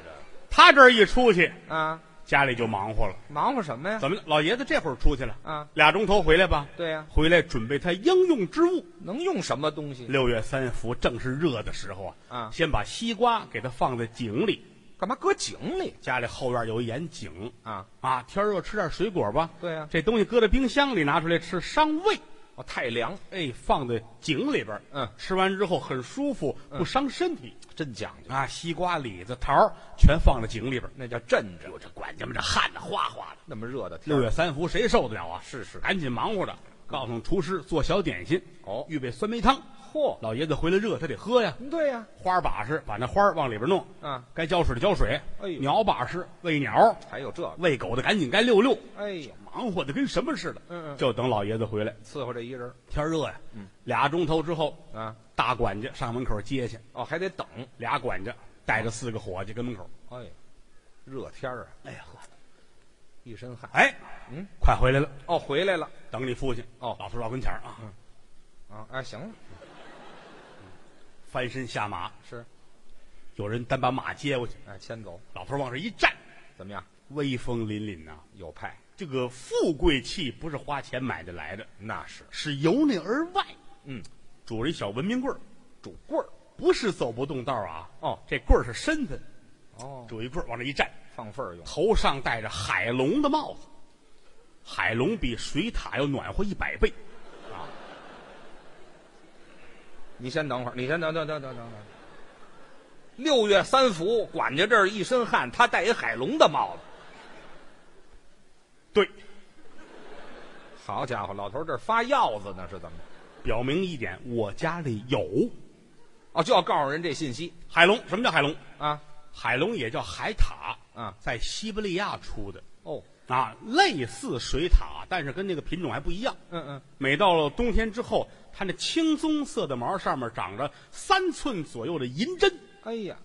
Speaker 2: 他这儿一出去，
Speaker 3: 这啊，
Speaker 2: 家里就忙活了。
Speaker 3: 忙活什么呀？
Speaker 2: 怎么了？老爷子这会儿出去了
Speaker 3: 啊
Speaker 2: 俩钟头回来吧。
Speaker 3: 对呀
Speaker 2: 回来准备他应用之物。
Speaker 3: 能用什么东西？
Speaker 2: 六月三伏正是热的时候啊，
Speaker 3: 啊
Speaker 2: 先把西瓜给它放在井里。
Speaker 3: 干嘛搁井里
Speaker 2: 家里后院有一眼井
Speaker 3: 啊？
Speaker 2: 啊，天热吃点水果吧。
Speaker 3: 对啊呀
Speaker 2: 这东西搁在冰箱里拿出来吃伤胃。
Speaker 3: 哦，太凉，
Speaker 2: 哎，放在井里边儿，
Speaker 3: 嗯
Speaker 2: 吃完之后很舒服，不伤身体、
Speaker 3: 真讲究，
Speaker 2: 啊。西瓜、李子、桃儿全放在井里边儿。
Speaker 3: 那叫镇着
Speaker 2: 哟，。这管家们这汗呐，哗哗的。
Speaker 3: 那么热的天
Speaker 2: 六
Speaker 3: 儿，
Speaker 2: 月三伏谁受得了啊？
Speaker 3: 是是
Speaker 2: 赶紧忙活着，告诉厨师做小点心，
Speaker 3: 哦
Speaker 2: 预备酸梅汤。
Speaker 3: 嚯
Speaker 2: 老爷子回来热，他得喝呀。
Speaker 3: 对呀、
Speaker 2: 花儿把式，把那花儿往里边弄。
Speaker 3: 啊，
Speaker 2: 该浇水的浇水。
Speaker 3: 哎呦
Speaker 2: 鸟把式，喂鸟；
Speaker 3: 还有这个，
Speaker 2: 喂狗的赶紧该遛遛。
Speaker 3: 哎呀，
Speaker 2: 忙活的跟什么似的。
Speaker 3: 嗯嗯嗯
Speaker 2: 就等老爷子回来，
Speaker 3: 伺候这一人
Speaker 2: 天热呀。俩钟头之后，
Speaker 3: 啊，
Speaker 2: 大管家上门口接去，
Speaker 3: 哦，还得等。
Speaker 2: 俩管家带着四个伙计跟门口。
Speaker 3: 哎，热天儿啊，
Speaker 2: 哎呀呵，
Speaker 3: 一身汗。
Speaker 2: 哎，
Speaker 3: 嗯，
Speaker 2: 快回来了，
Speaker 3: 哦，回来了
Speaker 2: 等你父亲。
Speaker 3: 哦
Speaker 2: 老头到跟前儿啊，
Speaker 3: 啊，哎，行了，
Speaker 2: 翻身下马，
Speaker 3: 是，
Speaker 2: 有人单把马接过去，
Speaker 3: 哎，牵走，
Speaker 2: 老头往这一站，
Speaker 3: 怎么样？
Speaker 2: 威风凛凛呐、
Speaker 3: 有派，
Speaker 2: 这个富贵气不是花钱买的来的，
Speaker 3: 那是
Speaker 2: 是由内而外。
Speaker 3: 嗯，
Speaker 2: 拄着一小文明棍儿，
Speaker 3: 拄棍儿。
Speaker 2: 不是走不动道啊。
Speaker 3: 哦
Speaker 2: 这棍儿是身份，
Speaker 3: 哦，
Speaker 2: 拄一棍儿往这一站，
Speaker 3: 放份儿用。
Speaker 2: 头上戴着海龙的帽子，海龙比水獭要暖和一百倍。
Speaker 3: 你先等会儿，你先等等等等等等。六月三伏，管家这儿一身汗，他戴一海龙的帽子。
Speaker 2: 对，
Speaker 3: 好家伙，老头儿这儿发药子呢，是怎么着？
Speaker 2: 表明一点，我家里有
Speaker 3: 哦，就要告诉人这信息
Speaker 2: 海龙。什么叫海龙？
Speaker 3: 啊。
Speaker 2: 海龙也叫海獭，
Speaker 3: 啊
Speaker 2: 在西伯利亚出的
Speaker 3: 哦，
Speaker 2: 啊，类似水獭，但是跟那个品种还不一样。
Speaker 3: 嗯嗯，
Speaker 2: 每到了冬天之后，它那青棕色的毛上面长着三寸左右的银针
Speaker 3: 哎呀，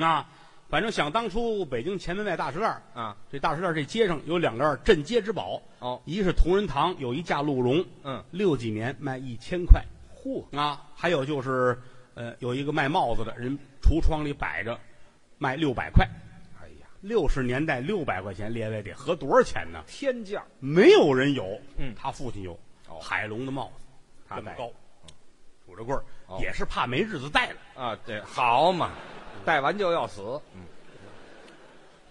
Speaker 2: 啊。反正想当初，北京前门外大石栏
Speaker 3: 啊，
Speaker 2: 这大石栏这街上有两袋镇街之宝
Speaker 3: 哦
Speaker 2: 一个是同仁堂有一架鹿茸，
Speaker 3: 嗯
Speaker 2: 六几年卖一千块
Speaker 3: 嚯，
Speaker 2: 啊，还有就是呃有一个卖帽子的人橱窗里摆着，卖六百块，
Speaker 3: 哎呀，
Speaker 2: 六十年代六百块钱，列位得合多少钱呢？
Speaker 3: 天价！
Speaker 2: 没有人有，
Speaker 3: 嗯
Speaker 2: 他父亲有，
Speaker 3: 哦
Speaker 2: 海龙的帽子，
Speaker 3: 他
Speaker 2: 这么
Speaker 3: 戴
Speaker 2: 高，嗯拄着棍儿，
Speaker 3: 哦
Speaker 2: 也是怕没日子戴了，
Speaker 3: 啊，对，好嘛，戴完就要死。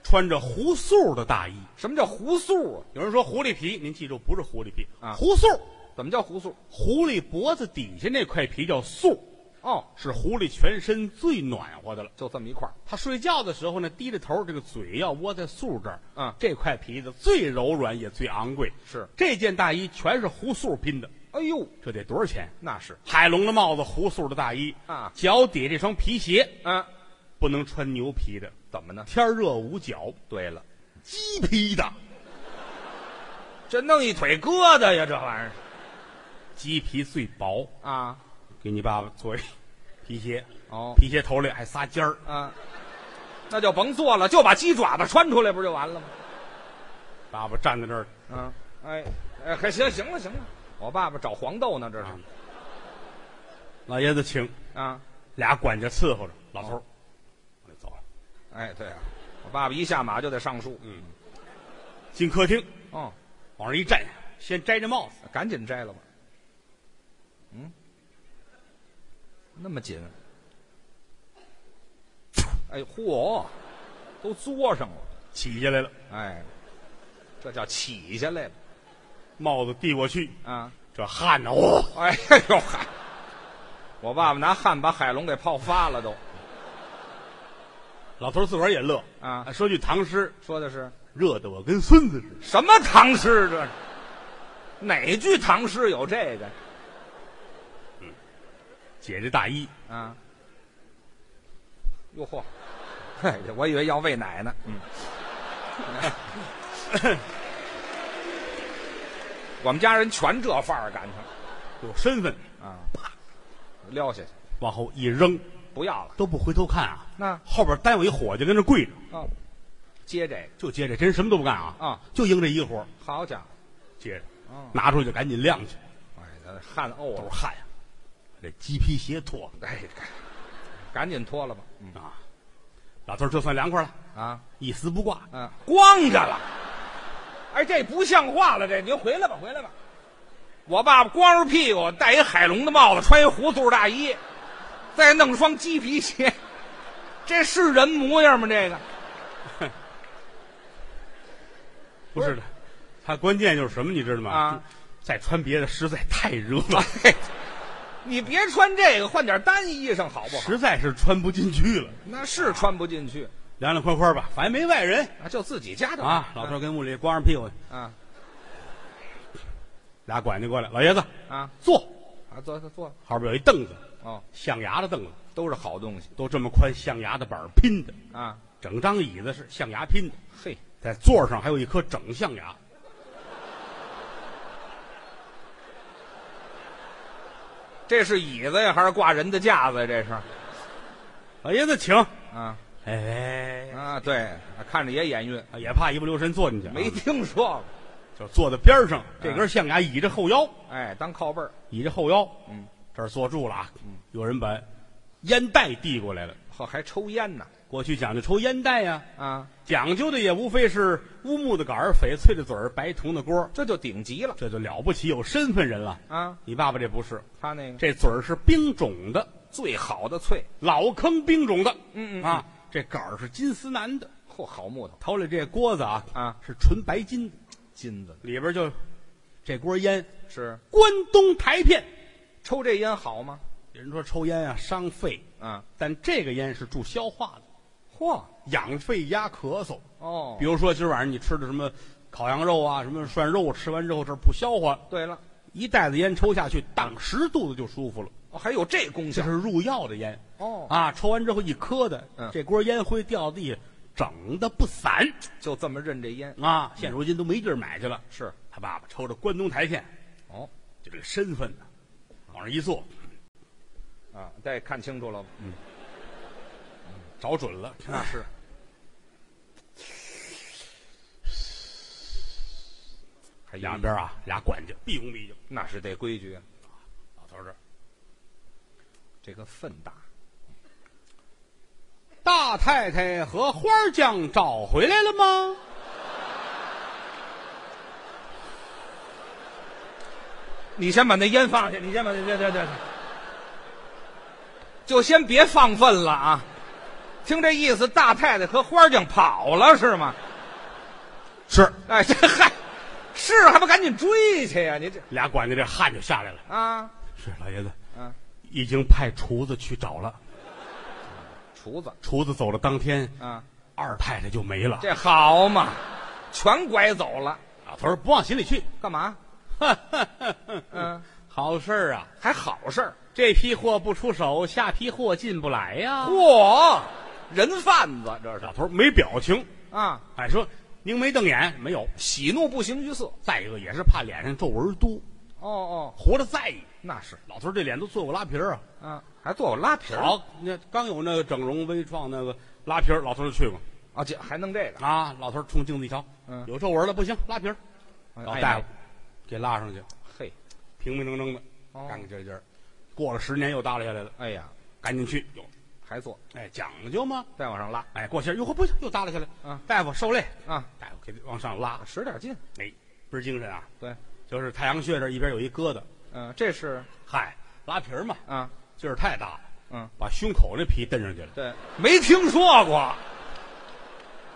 Speaker 2: 穿着胡素的大衣。
Speaker 3: 什么叫胡素啊？
Speaker 2: 有人说狐狸皮，您记住不是狐狸皮
Speaker 3: 啊
Speaker 2: 狐素，
Speaker 3: 怎么叫胡素？
Speaker 2: 狐狸脖子底下那块皮叫素，
Speaker 3: 哦，
Speaker 2: 是狐狸全身最暖和的了。
Speaker 3: 就这么一块儿。
Speaker 2: 它睡觉的时候呢，低着头，这个嘴要窝在素这儿。
Speaker 3: 嗯
Speaker 2: 这块皮子最柔软也最昂贵。
Speaker 3: 是
Speaker 2: 这件大衣全是胡素拼的，
Speaker 3: 哎呦，
Speaker 2: 这得多少钱？
Speaker 3: 那是，
Speaker 2: 海龙的帽子，胡素的大衣
Speaker 3: 啊
Speaker 2: 脚底这双皮鞋
Speaker 3: 啊，
Speaker 2: 不能穿牛皮的，
Speaker 3: 怎么呢？
Speaker 2: 天儿热捂脚，
Speaker 3: 对了，
Speaker 2: 鸡皮的，
Speaker 3: 这弄一腿疙瘩呀，这玩意
Speaker 2: 鸡皮最薄，
Speaker 3: 儿啊，
Speaker 2: 给你爸爸做一皮鞋，
Speaker 3: 哦
Speaker 2: 皮鞋头里还仨尖儿，
Speaker 3: 啊，那就甭做了，就把鸡爪子穿出来不就完了吗？
Speaker 2: 爸爸站在这儿，
Speaker 3: 啊，哎，哎，还行，行了，行了，我爸爸找黄豆呢，这
Speaker 2: 啊
Speaker 3: 是
Speaker 2: 老爷子请，
Speaker 3: 啊，
Speaker 2: 俩管家伺候着，老
Speaker 3: 哦
Speaker 2: 头儿，我得走了，
Speaker 3: 哎，对啊，我爸爸一下马就得上树，
Speaker 2: 进客厅，
Speaker 3: 哦，
Speaker 2: 往这一站，先摘这帽子，
Speaker 3: 赶紧摘了吧。嗯，那么紧。哎，嚯，都作上了。
Speaker 2: 起下来了，
Speaker 3: 哎，这叫起下来了
Speaker 2: 帽子递过去，
Speaker 3: 啊！
Speaker 2: 这汗呢，哦，
Speaker 3: 哎呦嗨，我爸爸拿汗把海龙给泡发了都。
Speaker 2: 老头儿自个儿也乐
Speaker 3: 啊
Speaker 2: 说句唐诗，
Speaker 3: 说的是
Speaker 2: 热得我跟孙子似的。
Speaker 3: 什么唐诗这是？哪句唐诗有这个
Speaker 2: 解这大衣，
Speaker 3: 啊？哟嚯！嘿，我以为要喂奶呢。嗯，我们家人全这范儿感情
Speaker 2: 有身份，
Speaker 3: 啊，撂下去，
Speaker 2: 往后一扔，
Speaker 3: 不要了。
Speaker 2: 都不回头看啊。
Speaker 3: 那
Speaker 2: 后边单有一伙计跟那跪着，
Speaker 3: 啊，接这个，
Speaker 2: 就接着，真什么都不干啊，
Speaker 3: 啊，
Speaker 2: 就应这一活儿
Speaker 3: 好家伙！
Speaker 2: 接着，
Speaker 3: 哦
Speaker 2: 拿出去赶紧晾去，
Speaker 3: 哎，那汗呕
Speaker 2: 都是
Speaker 3: 了，
Speaker 2: 汗呀、这鸡皮鞋脱了
Speaker 3: 哎，赶赶紧脱了吧。嗯
Speaker 2: 啊，老头儿这算凉快了，
Speaker 3: 啊，
Speaker 2: 一丝不挂，
Speaker 3: 嗯，光着了。哎，这不像话了，这您回来吧，回来吧。我爸爸光着屁股，戴一海龙的帽子，穿一胡素大衣，再弄双鸡皮鞋，这是人模样吗？这个
Speaker 2: 不是的，他关键就是什么，你知道吗？
Speaker 3: 啊哎
Speaker 2: 就再穿别的实在太热 了，
Speaker 3: 嘿，你别穿这个，换点单衣裳好不好？
Speaker 2: 实在是穿不进去了，
Speaker 3: 那是穿不进去，
Speaker 2: 凉凉快快吧，反正没外人
Speaker 3: 啊，就自己家的嗯
Speaker 2: 啊。老头儿跟屋里光着屁股，
Speaker 3: 啊，
Speaker 2: 俩管家过来，老爷子
Speaker 3: 啊
Speaker 2: 坐，
Speaker 3: 啊，坐坐坐，
Speaker 2: 后边有一凳子，
Speaker 3: 哦，
Speaker 2: 象牙的凳子，
Speaker 3: 都是好东西
Speaker 2: 都这么宽，象牙的板儿拼的，
Speaker 3: 啊。
Speaker 2: 整张椅子是象牙拼的，
Speaker 3: 嘿，
Speaker 2: 在座上还有一颗整象牙，
Speaker 3: 这是椅子呀，还是挂人的架子呀？这是
Speaker 2: 老爷子哎请。
Speaker 3: 啊
Speaker 2: 哎，
Speaker 3: 啊，对，看着也眼晕，
Speaker 2: 也怕一不留神坐进去啊，
Speaker 3: 没听说过。
Speaker 2: 就坐在边儿上，这根象牙倚着后腰，
Speaker 3: 哎，当靠背儿，
Speaker 2: 倚着后腰，
Speaker 3: 嗯，
Speaker 2: 这儿坐住了啊。有人把烟袋递过来了，
Speaker 3: 呵，还抽烟呢
Speaker 2: 过去讲究抽烟袋呀、
Speaker 3: 啊，
Speaker 2: 讲究的也无非是乌木的杆儿、翡翠的嘴儿、白铜的锅儿，
Speaker 3: 这就顶级了
Speaker 2: 这就了不起，有身份人了。
Speaker 3: 啊。
Speaker 2: 你爸爸这不是，
Speaker 3: 他那个
Speaker 2: 这嘴儿是冰种的，
Speaker 3: 最好的翠，
Speaker 2: 老坑冰种的，
Speaker 3: 嗯嗯
Speaker 2: 啊，这杆儿是金丝楠的，
Speaker 3: 嚯，好木头，
Speaker 2: 头里这锅子啊
Speaker 3: 啊
Speaker 2: 是纯白金的，
Speaker 3: 金子的
Speaker 2: 里边就这锅烟，
Speaker 3: 是
Speaker 2: 关东台片。
Speaker 3: 抽这烟好吗？
Speaker 2: 有人说抽烟啊伤肺，
Speaker 3: 啊，
Speaker 2: 但这个烟是助消化的，
Speaker 3: 嚯，
Speaker 2: 养肺压咳嗽。
Speaker 3: 哦
Speaker 2: 比，如说今儿晚上你吃的什么烤羊肉啊，什么涮肉，吃完之后这儿不消化，
Speaker 3: 对了，
Speaker 2: 一袋子烟抽下去，当时肚子就舒服了。
Speaker 3: 哦，还有这功
Speaker 2: 这
Speaker 3: 效
Speaker 2: 是入药的烟
Speaker 3: 哦，
Speaker 2: 啊，抽完之后一磕的，
Speaker 3: 嗯
Speaker 2: 这锅烟灰掉地下，整的不散
Speaker 3: 就这么认这烟
Speaker 2: 啊！现如今都没地儿买去了。
Speaker 3: 是
Speaker 2: 他爸爸抽着关东台县，
Speaker 3: 哦
Speaker 2: 就这个身份呢、往上一坐，
Speaker 3: 啊，再看清楚了，
Speaker 2: 找准了，
Speaker 3: 那是
Speaker 2: 还两边啊俩管家毕恭毕敬，
Speaker 3: 那是得规矩啊，
Speaker 2: 老头儿这儿
Speaker 3: 这个粪大
Speaker 2: 大太太和花匠找回来了吗？
Speaker 3: 你先把那烟放下，你先把那这这这，就先别放粪了啊！听这意思，大太太和花匠跑了是吗？
Speaker 2: 是，
Speaker 3: 哎，这嗨，是还不赶紧追去呀、你这
Speaker 2: 俩管家这汗就下来了。
Speaker 3: 啊，
Speaker 2: 是老爷子，
Speaker 3: 嗯、
Speaker 2: 已经派厨子去找了。
Speaker 3: 厨子
Speaker 2: 厨子走了当天，
Speaker 3: 啊，
Speaker 2: 二太太就没了。
Speaker 3: 这好嘛，全拐走了，
Speaker 2: 老头儿不往心里去，
Speaker 3: 干嘛？
Speaker 2: 嗯
Speaker 3: 嗯，
Speaker 2: 好事儿啊！
Speaker 3: 还好事儿，
Speaker 2: 这批货不出手，下批货进不来呀、
Speaker 3: 嚯，人贩子这是
Speaker 2: 老头儿没表情，
Speaker 3: 啊，
Speaker 2: 哎，说凝眉瞪眼没有。
Speaker 3: 喜怒不形于色。
Speaker 2: 再一个也是怕脸上皱纹多，
Speaker 3: 哦哦，
Speaker 2: 活着在意。
Speaker 3: 那是
Speaker 2: 老头儿这脸都做过拉皮儿啊，
Speaker 3: 啊，还做我拉皮儿，
Speaker 2: 好，那刚有那个整容微创那个拉皮儿，老头儿就去过
Speaker 3: 啊，这还弄这个，
Speaker 2: 啊。老头儿冲镜子一瞧，
Speaker 3: 嗯
Speaker 2: 有皱纹了不行，拉皮儿。老
Speaker 3: 哎
Speaker 2: 大夫给拉上去，
Speaker 3: 嘿，
Speaker 2: 平平整整的，
Speaker 3: 哦
Speaker 2: 干干净净儿。过了十年又耷拉下来了，
Speaker 3: 哎呀，
Speaker 2: 赶紧去，有
Speaker 3: 还做，
Speaker 2: 哎讲究吗？
Speaker 3: 再往上拉
Speaker 2: 哎，过些儿哟呵，不行，又耷拉下来。
Speaker 3: 嗯，
Speaker 2: 大夫受累，
Speaker 3: 啊，
Speaker 2: 大夫给往上拉，
Speaker 3: 使点劲。
Speaker 2: 哎，倍儿精神啊！
Speaker 3: 对，
Speaker 2: 就是太阳穴这儿一边有一疙瘩，
Speaker 3: 嗯、这是
Speaker 2: 嗨，拉皮儿嘛，
Speaker 3: 啊，
Speaker 2: 劲儿太大了，
Speaker 3: 嗯，
Speaker 2: 把胸口那皮蹬上去了。
Speaker 3: 对，没听说过。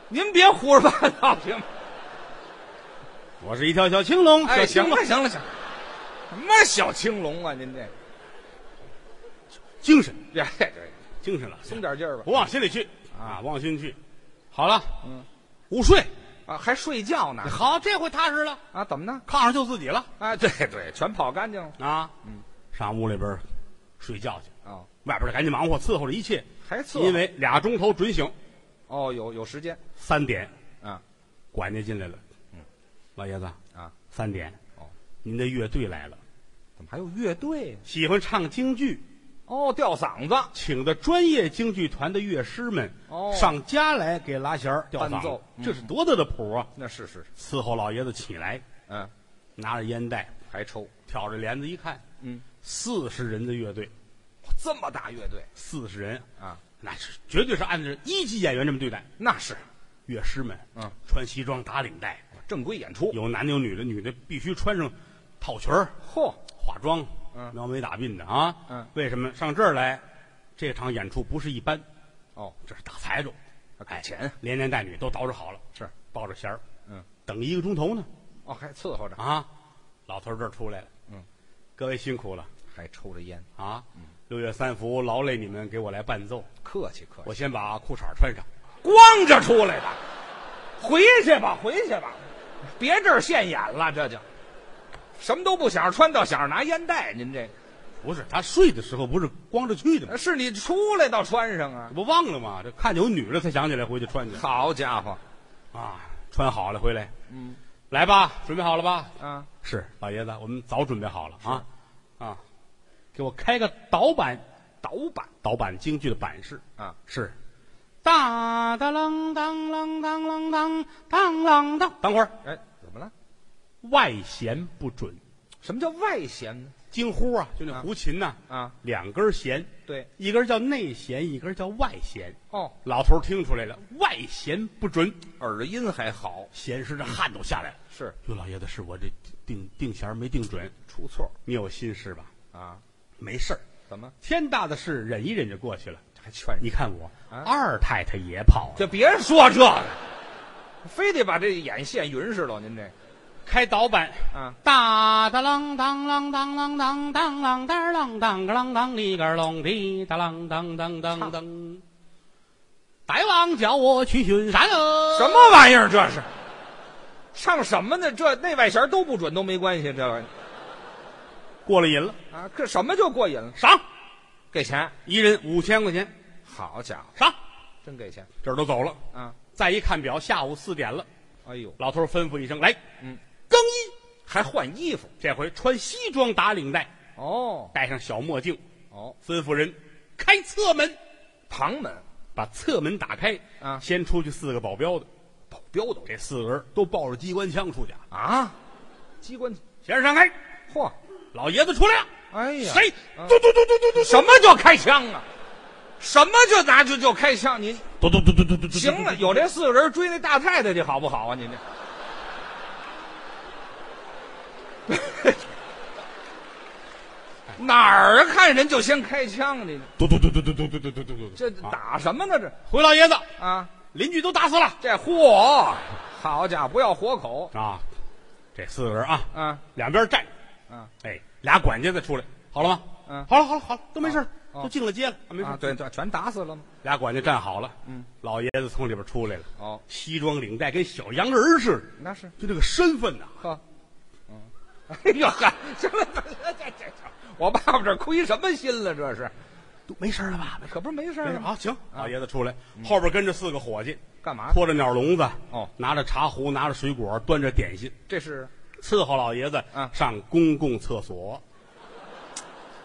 Speaker 3: 您别胡说八道行吗？
Speaker 2: 我是一条小青龙，
Speaker 3: 哎，
Speaker 2: 小青
Speaker 3: 行
Speaker 2: 龙
Speaker 3: 了，行了，行了，什么小青龙啊？您这
Speaker 2: 精神
Speaker 3: 呀，这这
Speaker 2: 精神了，
Speaker 3: 松点劲儿吧。
Speaker 2: 不往心里去啊，往心里去。好了，
Speaker 3: 嗯，
Speaker 2: 午睡，
Speaker 3: 啊，还睡觉呢？
Speaker 2: 好，这回踏实了，
Speaker 3: 啊，怎么呢？
Speaker 2: 炕上就自己了
Speaker 3: 啊，对对，全跑干净了。
Speaker 2: 啊。
Speaker 3: 嗯，
Speaker 2: 上屋里边儿睡觉去，
Speaker 3: 哦，
Speaker 2: 外边儿赶紧忙活伺候着一切，
Speaker 3: 还伺候
Speaker 2: 因为俩钟头准醒，
Speaker 3: 哦，有有时间
Speaker 2: 三点
Speaker 3: 啊
Speaker 2: 管家进来了，老爷子，
Speaker 3: 嗯啊，
Speaker 2: 三点
Speaker 3: 哦，
Speaker 2: 您的乐队来了，
Speaker 3: 怎么还有乐队呀、
Speaker 2: 喜欢唱京剧，
Speaker 3: 哦，吊嗓子
Speaker 2: 请的专业京剧团的乐师们
Speaker 3: 哦
Speaker 2: 上家来给拉弦儿吊
Speaker 3: 伴
Speaker 2: 嗓
Speaker 3: 奏，嗯
Speaker 2: 这是多大的谱啊！
Speaker 3: 那是是，是
Speaker 2: 伺候老爷子起来，
Speaker 3: 嗯、
Speaker 2: 拿着烟袋，
Speaker 3: 还抽，
Speaker 2: 挑着帘子一看，
Speaker 3: 嗯，
Speaker 2: 四十人的乐队，
Speaker 3: 这么大乐队
Speaker 2: 四十人，
Speaker 3: 啊，
Speaker 2: 那是绝对是按照一级演员这么对待。
Speaker 3: 那是
Speaker 2: 乐师们，
Speaker 3: 嗯，
Speaker 2: 穿西装打领带，
Speaker 3: 正规演出。
Speaker 2: 有男的有女的，女的必须穿上套裙儿，
Speaker 3: 嚯，
Speaker 2: 化妆，
Speaker 3: 嗯
Speaker 2: 描眉打鬓的啊，
Speaker 3: 嗯
Speaker 2: 为什么上这儿来？这场演出不是一般，
Speaker 3: 哦，
Speaker 2: 这是大财主，
Speaker 3: 给钱
Speaker 2: 哎，连男带女都捯饬好了，
Speaker 3: 是
Speaker 2: 抱着弦儿，
Speaker 3: 嗯，
Speaker 2: 等一个钟头呢
Speaker 3: 哦，还伺候着，
Speaker 2: 啊，老头儿这儿出来了，
Speaker 3: 嗯，
Speaker 2: 各位辛苦了
Speaker 3: 还抽着烟，
Speaker 2: 啊，六月三伏劳累你们给我来伴奏，
Speaker 3: 客气客
Speaker 2: 我
Speaker 3: 气，
Speaker 2: 先把裤衩儿穿上，
Speaker 3: 光着出来的，回去吧，回去吧，别这儿现眼了，这就什么都不想，穿到想拿烟袋。您这
Speaker 2: 不是他睡的时候不是光着去的吗？
Speaker 3: 是你出来到穿上啊？
Speaker 2: 这不忘了吗？这看见有女的才想起来回去穿去
Speaker 3: 好家伙，
Speaker 2: 啊，穿好了回来，
Speaker 3: 嗯
Speaker 2: 来吧，准备好了吧？
Speaker 3: 啊，
Speaker 2: 是老爷子，我们早准备好了啊啊，给我开个导板，导板，导板京剧的板式
Speaker 3: 啊，
Speaker 2: 是。大大啷当啷当啷当当啷当，等会儿
Speaker 3: 哎，怎么了？
Speaker 2: 外弦不准，
Speaker 3: 什么叫外弦呢？
Speaker 2: 京呼啊，就那
Speaker 3: 啊
Speaker 2: 胡琴呐、
Speaker 3: 啊，
Speaker 2: 两根弦，
Speaker 3: 对，
Speaker 2: 一根叫内弦，一根叫外弦。
Speaker 3: 哦，
Speaker 2: 老头儿听出来了，外弦不准，
Speaker 3: 耳音还好，
Speaker 2: 弦师这汗都下来了。
Speaker 3: 是
Speaker 2: 哟，老爷子，是我这定定弦儿没定准，
Speaker 3: 出错
Speaker 2: 你有心事吧？
Speaker 3: 啊？
Speaker 2: 没事儿，
Speaker 3: 怎么
Speaker 2: 天大的事忍一忍就过去了。
Speaker 3: 还劝人？
Speaker 2: 你看我、
Speaker 3: 啊
Speaker 2: 二太太也跑了，
Speaker 3: 就别说这个，非得把这眼线匀似的。您这
Speaker 2: 开导板，
Speaker 3: 啊，
Speaker 2: 哒哒啷当啷当啷当当啷当啷当个啷当里个啷滴哒啷当当当当。大王叫我去巡山哦。
Speaker 3: 什么玩意儿这是？唱什么呢？这内外弦都不准都没关系，这玩意
Speaker 2: 过了瘾了？
Speaker 3: 儿啊，这什么就过瘾了？
Speaker 2: 赏
Speaker 3: 给钱，
Speaker 2: 一人五千块钱，
Speaker 3: 好家伙，
Speaker 2: 赏。
Speaker 3: 真给钱
Speaker 2: 这儿都走了，
Speaker 3: 啊！
Speaker 2: 再一看表，下午四点了。
Speaker 3: 哎呦，
Speaker 2: 老头儿吩咐一声：“来，
Speaker 3: 嗯，
Speaker 2: 更衣。
Speaker 3: 还换衣服”
Speaker 2: 这回穿西装打领带，
Speaker 3: 哦
Speaker 2: 戴上小墨镜，
Speaker 3: 哦，
Speaker 2: 吩咐人开侧门，
Speaker 3: 旁门
Speaker 2: 把侧门打开。
Speaker 3: 啊
Speaker 2: 先出去四个保镖的，
Speaker 3: 保镖都
Speaker 2: 这四个人都抱着机关枪出去啊。
Speaker 3: 啊，机关
Speaker 2: 先生上开，
Speaker 3: 嚯，
Speaker 2: 老爷子出来了。
Speaker 3: 哎呀，
Speaker 2: 谁？
Speaker 3: 啊
Speaker 2: 嘟嘟嘟嘟嘟嘟，
Speaker 3: 什么叫开枪啊？什么就拿就就开枪？你
Speaker 2: 嘟嘟嘟嘟嘟嘟嘟。
Speaker 3: 行了，有这四个人追那大太太去好不好啊？您这。哪儿啊看人就先开枪呢？
Speaker 2: 嘟嘟嘟嘟嘟嘟嘟嘟嘟嘟嘟。
Speaker 3: 这
Speaker 2: 啊
Speaker 3: 打什么呢？这
Speaker 2: 回老爷子，
Speaker 3: 啊，
Speaker 2: 邻居都打死了
Speaker 3: 这嚯，好家伙，不要活口
Speaker 2: 啊！这四个人啊，
Speaker 3: 啊！
Speaker 2: 两边站，
Speaker 3: 啊，
Speaker 2: 哎，俩管家再出来，好了吗？
Speaker 3: 嗯
Speaker 2: 好了，好了，好了，都没事儿，
Speaker 3: 哦
Speaker 2: 都进了街了，啊没事
Speaker 3: 啊
Speaker 2: 儿。，
Speaker 3: 对对，全打死了吗？
Speaker 2: 俩管家站好了，
Speaker 3: 嗯，
Speaker 2: 老爷子从里边出来了，
Speaker 3: 哦，
Speaker 2: 西装领带跟小洋人似的，
Speaker 3: 那是
Speaker 2: 就这个身份呐、
Speaker 3: 呵，嗯， 哎呦呵，什么这这这，我爸爸这亏什么心了？这是，
Speaker 2: 都没事儿了吧？没事
Speaker 3: 可不是没事
Speaker 2: 儿
Speaker 3: 儿
Speaker 2: 了
Speaker 3: 吗？
Speaker 2: 啊，行，老爷子出来，后边跟着四个伙计，
Speaker 3: 干嘛？
Speaker 2: 拖着鸟笼子，
Speaker 3: 嗯啊哦
Speaker 2: 拿着茶壶，拿着水果，端着点心，
Speaker 3: 这是
Speaker 2: 伺候老爷子
Speaker 3: 嗯
Speaker 2: 上公共厕所，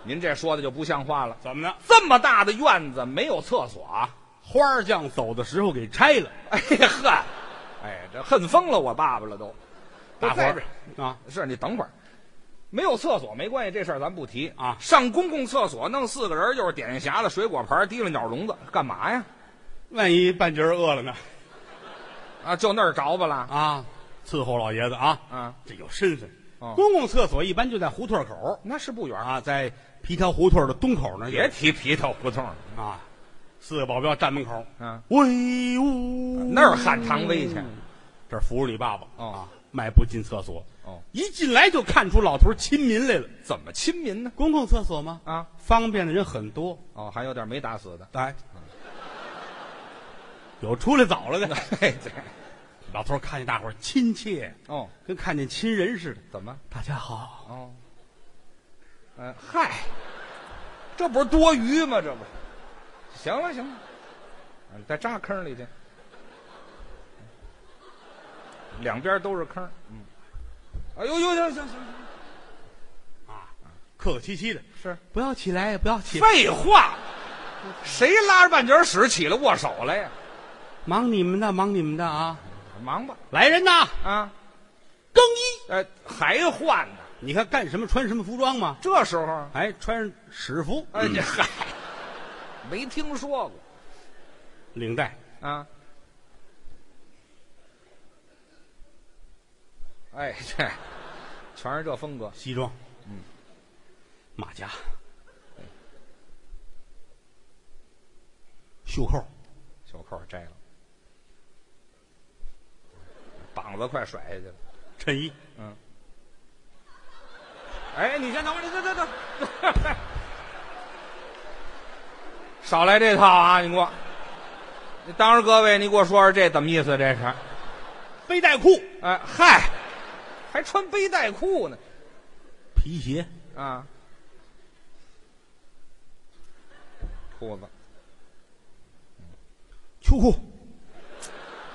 Speaker 3: 您这说的就不像话了。
Speaker 2: 怎么呢？
Speaker 3: 这么大的院子没有厕所啊？
Speaker 2: 花匠走的时候给拆了，
Speaker 3: 哎呀呵，哎，这恨疯了我爸爸了都。
Speaker 2: 大伙
Speaker 3: 在
Speaker 2: 儿啊，
Speaker 3: 是你等会儿，没有厕所没关系，这事儿咱不提
Speaker 2: 啊
Speaker 3: 上公共厕所弄四个人，又是点匣子、水果盘、提了鸟笼子，干嘛呀？
Speaker 2: 万一半截儿饿了呢？
Speaker 3: 啊，就那儿着吧了
Speaker 2: 啊，伺候老爷子啊，
Speaker 3: 啊？
Speaker 2: 这有身份。
Speaker 3: 哦
Speaker 2: 公共厕所一般就在胡同口
Speaker 3: 那是不远啊，
Speaker 2: 啊，在皮条胡同的东口那儿有
Speaker 3: 别提皮头胡同了，
Speaker 2: 啊，四个保镖站门口，
Speaker 3: 啊，
Speaker 2: 威武
Speaker 3: 那儿喊唐威去。
Speaker 2: 这儿扶着你爸爸
Speaker 3: 哦
Speaker 2: 啊，迈步进厕所。
Speaker 3: 哦，
Speaker 2: 一进来就看出老头儿亲民来了。
Speaker 3: 怎么亲民呢？
Speaker 2: 公共厕所吗？
Speaker 3: 啊，
Speaker 2: 方便的人很多。
Speaker 3: 哦，还有点没打 死的。
Speaker 2: 哎，有出来早了的。
Speaker 3: 哎，对，
Speaker 2: 老头儿看见大伙儿亲切，
Speaker 3: 哦，
Speaker 2: 跟看见亲人似的。
Speaker 3: 怎么？
Speaker 2: 大家好，
Speaker 3: 哦，呃，嗨，这不是多余吗？这不是，行了行了，你再扎坑里去，两边都是坑，嗯，哎呦呦，行行行，
Speaker 2: 客客气气的，
Speaker 3: 是
Speaker 2: 不要起来，不要起来，
Speaker 3: 废话，谁拉着半截屎起来握手来呀？
Speaker 2: 忙你们的，忙你们的啊！
Speaker 3: 忙吧
Speaker 2: 来人呐，
Speaker 3: 啊，
Speaker 2: 更衣！
Speaker 3: 哎，还换呢？
Speaker 2: 你看干什么穿什么服装吗？
Speaker 3: 这时候，
Speaker 2: 哎，穿上史服，
Speaker 3: 哎这嗨， 没听说过
Speaker 2: 嗯领带，
Speaker 3: 啊。哎，这全是这风格。
Speaker 2: 西装，嗯，马甲，袖扣，
Speaker 3: 袖扣摘了，膀子快甩下去了。
Speaker 2: 衬衣，
Speaker 3: 哎，你先等会儿，你等等等， 少来这套啊！你给我，你当着各位，你给我说说这怎么意思？这是？
Speaker 2: 背带裤，
Speaker 3: 哎，嗨，还穿背带裤呢？
Speaker 2: 皮鞋，
Speaker 3: 啊，裤子，
Speaker 2: 秋裤、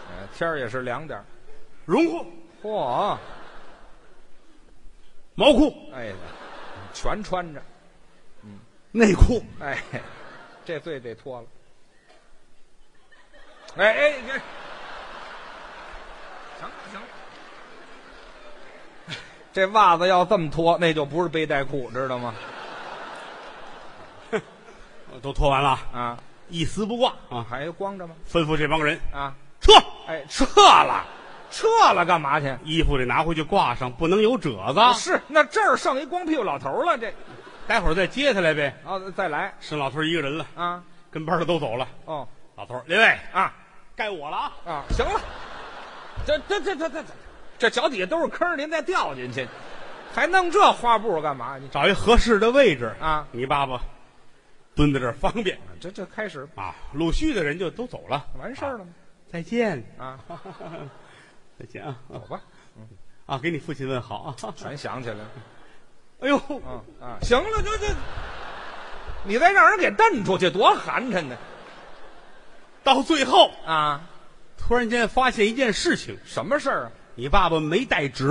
Speaker 3: 哎天儿也是凉点儿
Speaker 2: 绒裤、
Speaker 3: 嚯，
Speaker 2: 毛裤、
Speaker 3: 哎呀，全穿着，
Speaker 2: 内裤，
Speaker 3: 哎，这最得脱了。哎哎，这行了行了，这袜子要这么脱，那就不是背带裤，知道吗？
Speaker 2: 呃都脱完了啊，
Speaker 3: 啊，
Speaker 2: 一丝不挂啊！
Speaker 3: 还光着吗？
Speaker 2: 吩咐这帮人
Speaker 3: 啊，
Speaker 2: 撤，
Speaker 3: 哎，撤了，撤了，干嘛去？啊
Speaker 2: 衣服得拿回去挂上，不能有褶子。
Speaker 3: 是，那这儿剩一光屁股老头了，这
Speaker 2: 待会儿再接他来呗。
Speaker 3: 啊，再来
Speaker 2: 剩老头一个人了，
Speaker 3: 啊，
Speaker 2: 跟班的都走了。
Speaker 3: 哦
Speaker 2: 老头儿，列位，
Speaker 3: 啊
Speaker 2: 该我了啊！
Speaker 3: 啊，行了，这这这这这这这脚底下都是坑儿，您再掉进去，还弄这花步干嘛？你
Speaker 2: 找一合适的位置
Speaker 3: 啊
Speaker 2: 你爸爸蹲在这儿方便
Speaker 3: 这这开始
Speaker 2: 啊。陆续的人就都走了，啊
Speaker 3: 完事儿了吗？
Speaker 2: 再见，
Speaker 3: 啊，
Speaker 2: 再见啊
Speaker 3: 走吧，
Speaker 2: 啊！给你父亲问好啊！
Speaker 3: 全想起来了，
Speaker 2: 哎呦，
Speaker 3: 啊啊，行了，就这，你再让人给蹬出去，多寒碜呢
Speaker 2: 到最后
Speaker 3: 啊！
Speaker 2: 突然间发现一件事情，
Speaker 3: 什么事儿 啊？
Speaker 2: 你爸爸没带纸。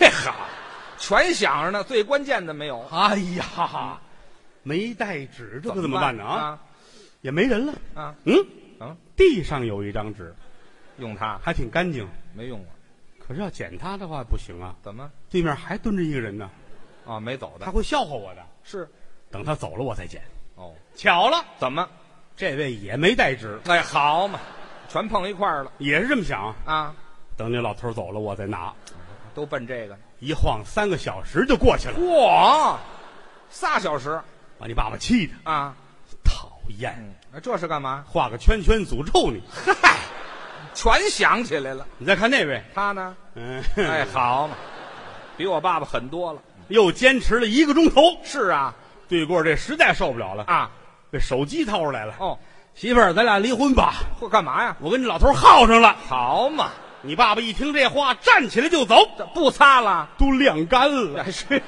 Speaker 3: 哎哈，全想着呢，最关键的没有，
Speaker 2: 哎呀，没带纸，这可怎么办呢？啊，
Speaker 3: 啊
Speaker 2: 也没人了。
Speaker 3: 啊，
Speaker 2: 嗯，
Speaker 3: 啊，
Speaker 2: 地上有一张纸，
Speaker 3: 用它
Speaker 2: 还挺干净，
Speaker 3: 没用过，啊
Speaker 2: 可是要捡它的话不行啊。
Speaker 3: 怎么
Speaker 2: 对面还蹲着一个人呢，
Speaker 3: 啊？没走
Speaker 2: 他
Speaker 3: 的
Speaker 2: 会笑话我的。
Speaker 3: 是
Speaker 2: 等他走了我再捡。
Speaker 3: 哦？
Speaker 2: 巧了，
Speaker 3: 怎么？
Speaker 2: 这位也没带纸，
Speaker 3: 哎，好嘛，全碰一块儿了
Speaker 2: 也是这么想。
Speaker 3: 啊，
Speaker 2: 等那老头走了我再拿。
Speaker 3: 都奔这个。
Speaker 2: 一晃三个小时就过去了，
Speaker 3: 哇，仨小时
Speaker 2: 把你爸爸气的，
Speaker 3: 啊！
Speaker 2: 讨厌！
Speaker 3: 嗯，这是干嘛？
Speaker 2: 画个圈圈诅咒你。
Speaker 3: 嗨，全想起来了。
Speaker 2: 你再看那位，
Speaker 3: 他呢？
Speaker 2: 嗯，
Speaker 3: 哎，好嘛，比我爸爸狠多了。
Speaker 2: 又坚持了一个钟头。
Speaker 3: 是啊，
Speaker 2: 对过这实在受不了了，
Speaker 3: 啊，
Speaker 2: 把手机掏出来了。
Speaker 3: 哦，
Speaker 2: 媳妇儿，咱俩离婚吧，
Speaker 3: 会干嘛呀？
Speaker 2: 我跟这老头耗上了。
Speaker 3: 好嘛，
Speaker 2: 你爸爸一听这话，站起来就走，
Speaker 3: 这不擦了。
Speaker 2: 都晾干了。
Speaker 3: 哎，是，